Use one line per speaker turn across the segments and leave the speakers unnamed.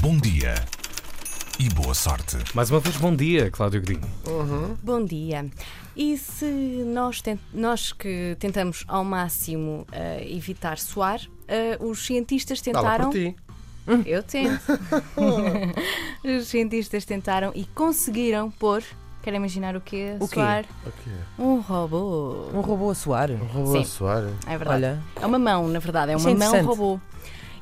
Bom dia e boa sorte.
Mais uma vez, bom dia, Cláudio Godinho.
Bom dia. E se nós, ten- nós que tentamos ao máximo eh, evitar suar, eh, os cientistas
Fala
tentaram.
por ti.
Eu tento. os cientistas tentaram e conseguiram pôr. Quero imaginar o quê?
O quê?
Suar.
Ok.
Um robô.
Um robô a suar?
Robô
Sim.
Soares.
É verdade.
Olha,
É uma mão, na verdade, é
Isso
uma
é
mão
interessante.
robô.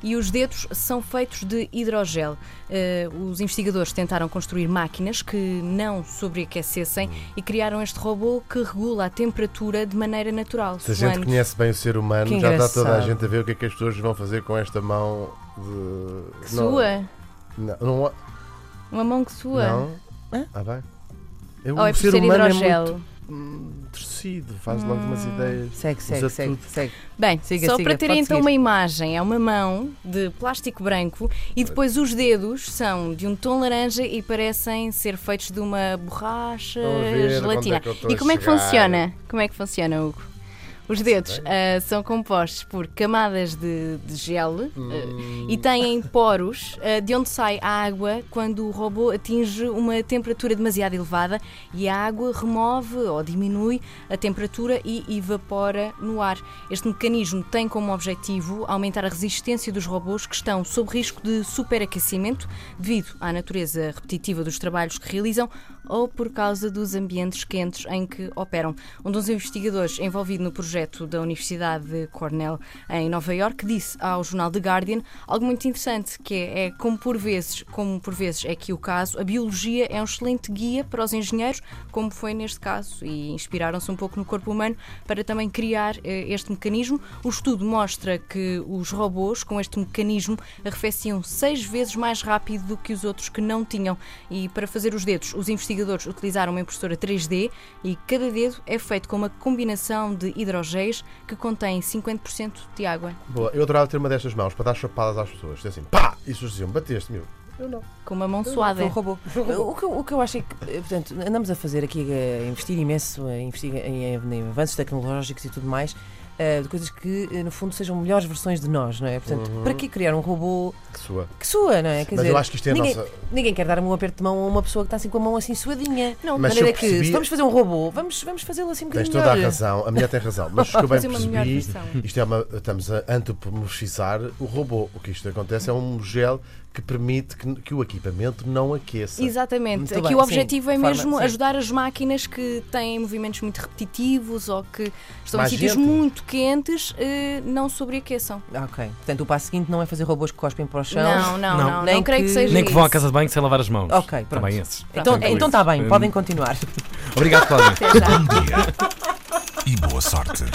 E os dedos são feitos de hidrogel. Eh, os investigadores tentaram construir máquinas que não sobreaquecessem
Hum.
e criaram este robô que regula a temperatura de maneira natural.
Se a gente
Suando.
conhece bem o ser humano,
Que
já está toda a
engraçado.
gente a ver o que é que as pessoas vão fazer com esta mão de.
Que
Não-
sua?
Não. Não.
Uma mão que sua?
não.
Hã?
Ah, bem. É,
Ou é
o
por
ser
ser
humano é
hidrogel? Hum.
muito hum, torcido, faz logo umas ideias.
segue, segue,
Usa
segue,
tudo.
segue.
Bem,
Siga,
só
siga,
para terem
pode
então
seguir.
uma imagem, é uma mão de plástico branco e depois os dedos são de um tom laranja e parecem ser feitos de uma borracha
Estão a ver onde
gelatina.
é que eu estou
e
a
como é que
chegar?
funciona? Como é que funciona, Hugo? Os dedos ah, são compostos por camadas de, de gel ah,
Hum.
e têm poros ah, de onde sai a água quando o robô atinge uma temperatura demasiado elevada e a água remove ou diminui a temperatura e evapora no ar. Este mecanismo tem como objetivo aumentar a resistência dos robôs que estão sob risco de superaquecimento devido à natureza repetitiva dos trabalhos que realizam ou por causa dos ambientes quentes em que operam. Um dos investigadores envolvido no projeto da Universidade de Cornell em Nova Iorque disse ao jornal The Guardian algo muito interessante que é, é como por vezes, como por vezes é aqui o caso, a biologia é um excelente guia para os engenheiros, como foi neste caso, e inspiraram-se um pouco no corpo humano para também criar eh, este mecanismo. O estudo mostra que os robôs com este mecanismo arrefeciam seis vezes mais rápido do que os outros que não tinham. E para fazer os dedos, os investigadores utilizaram uma impressora 3D e cada dedo é feito com uma combinação de hidrogéis que contém 50% de água.
Boa. Eu adorava ter uma destas mãos para dar chapadas às pessoas. Dizer assim, pá! E as pessoas diziam, bateste, meu.
Com uma mão suada.
Foi um robô. O que, eu- o que eu acho é que, eh, portanto, andamos a fazer aqui, a investir imenso a investiga- em, em avanços tecnológicos e tudo mais, eh, de coisas que, eh, no fundo, sejam melhores versões de nós, não é? Portanto, para que criar um robô
Que sua.
que sua, não é?
Uhum. Mas
Quer dizer,
eu acho que isto é a
ninguém,
nossa-
ninguém quer dar um aperto de mão a uma pessoa que está assim com a mão assim suadinha.
Não,
Mas
de maneira
se eu
que,
percebi-
se vamos fazer um robô, vamos, vamos fazê-lo assim um
Tens
bocadinho
toda a
melhor.
razão, a mulher tem razão, mas o que eu bem
é Fazer uma melhor
percebi,
versão.
isto é uma, estamos a antropomorfizar o robô. O que isto acontece é um gel que permite que, que o equipamento não aqueça.
Exatamente.
Muito
Aqui
bem,
o
sim.
objetivo é
Forma-
mesmo
sim.
ajudar as máquinas que têm movimentos muito repetitivos ou que estão
Mais
em sítios
gente.
muito quentes, eh, não sobreaqueçam.
Ah, Ok. Portanto, o passo seguinte não é fazer robôs que cospem para o chão.
Não,
Não.
não, não. Não,
Nem
creio que,
que-
seja
Nem que vão à
isso.
casa de banho sem lavar as mãos.
Ok, pronto.
Também esses.
Então
Tranquilo.
então está bem,
Hum,
podem continuar.
Tá.
Obrigado, Cláudio.
Até já.
Bom dia e boa sorte.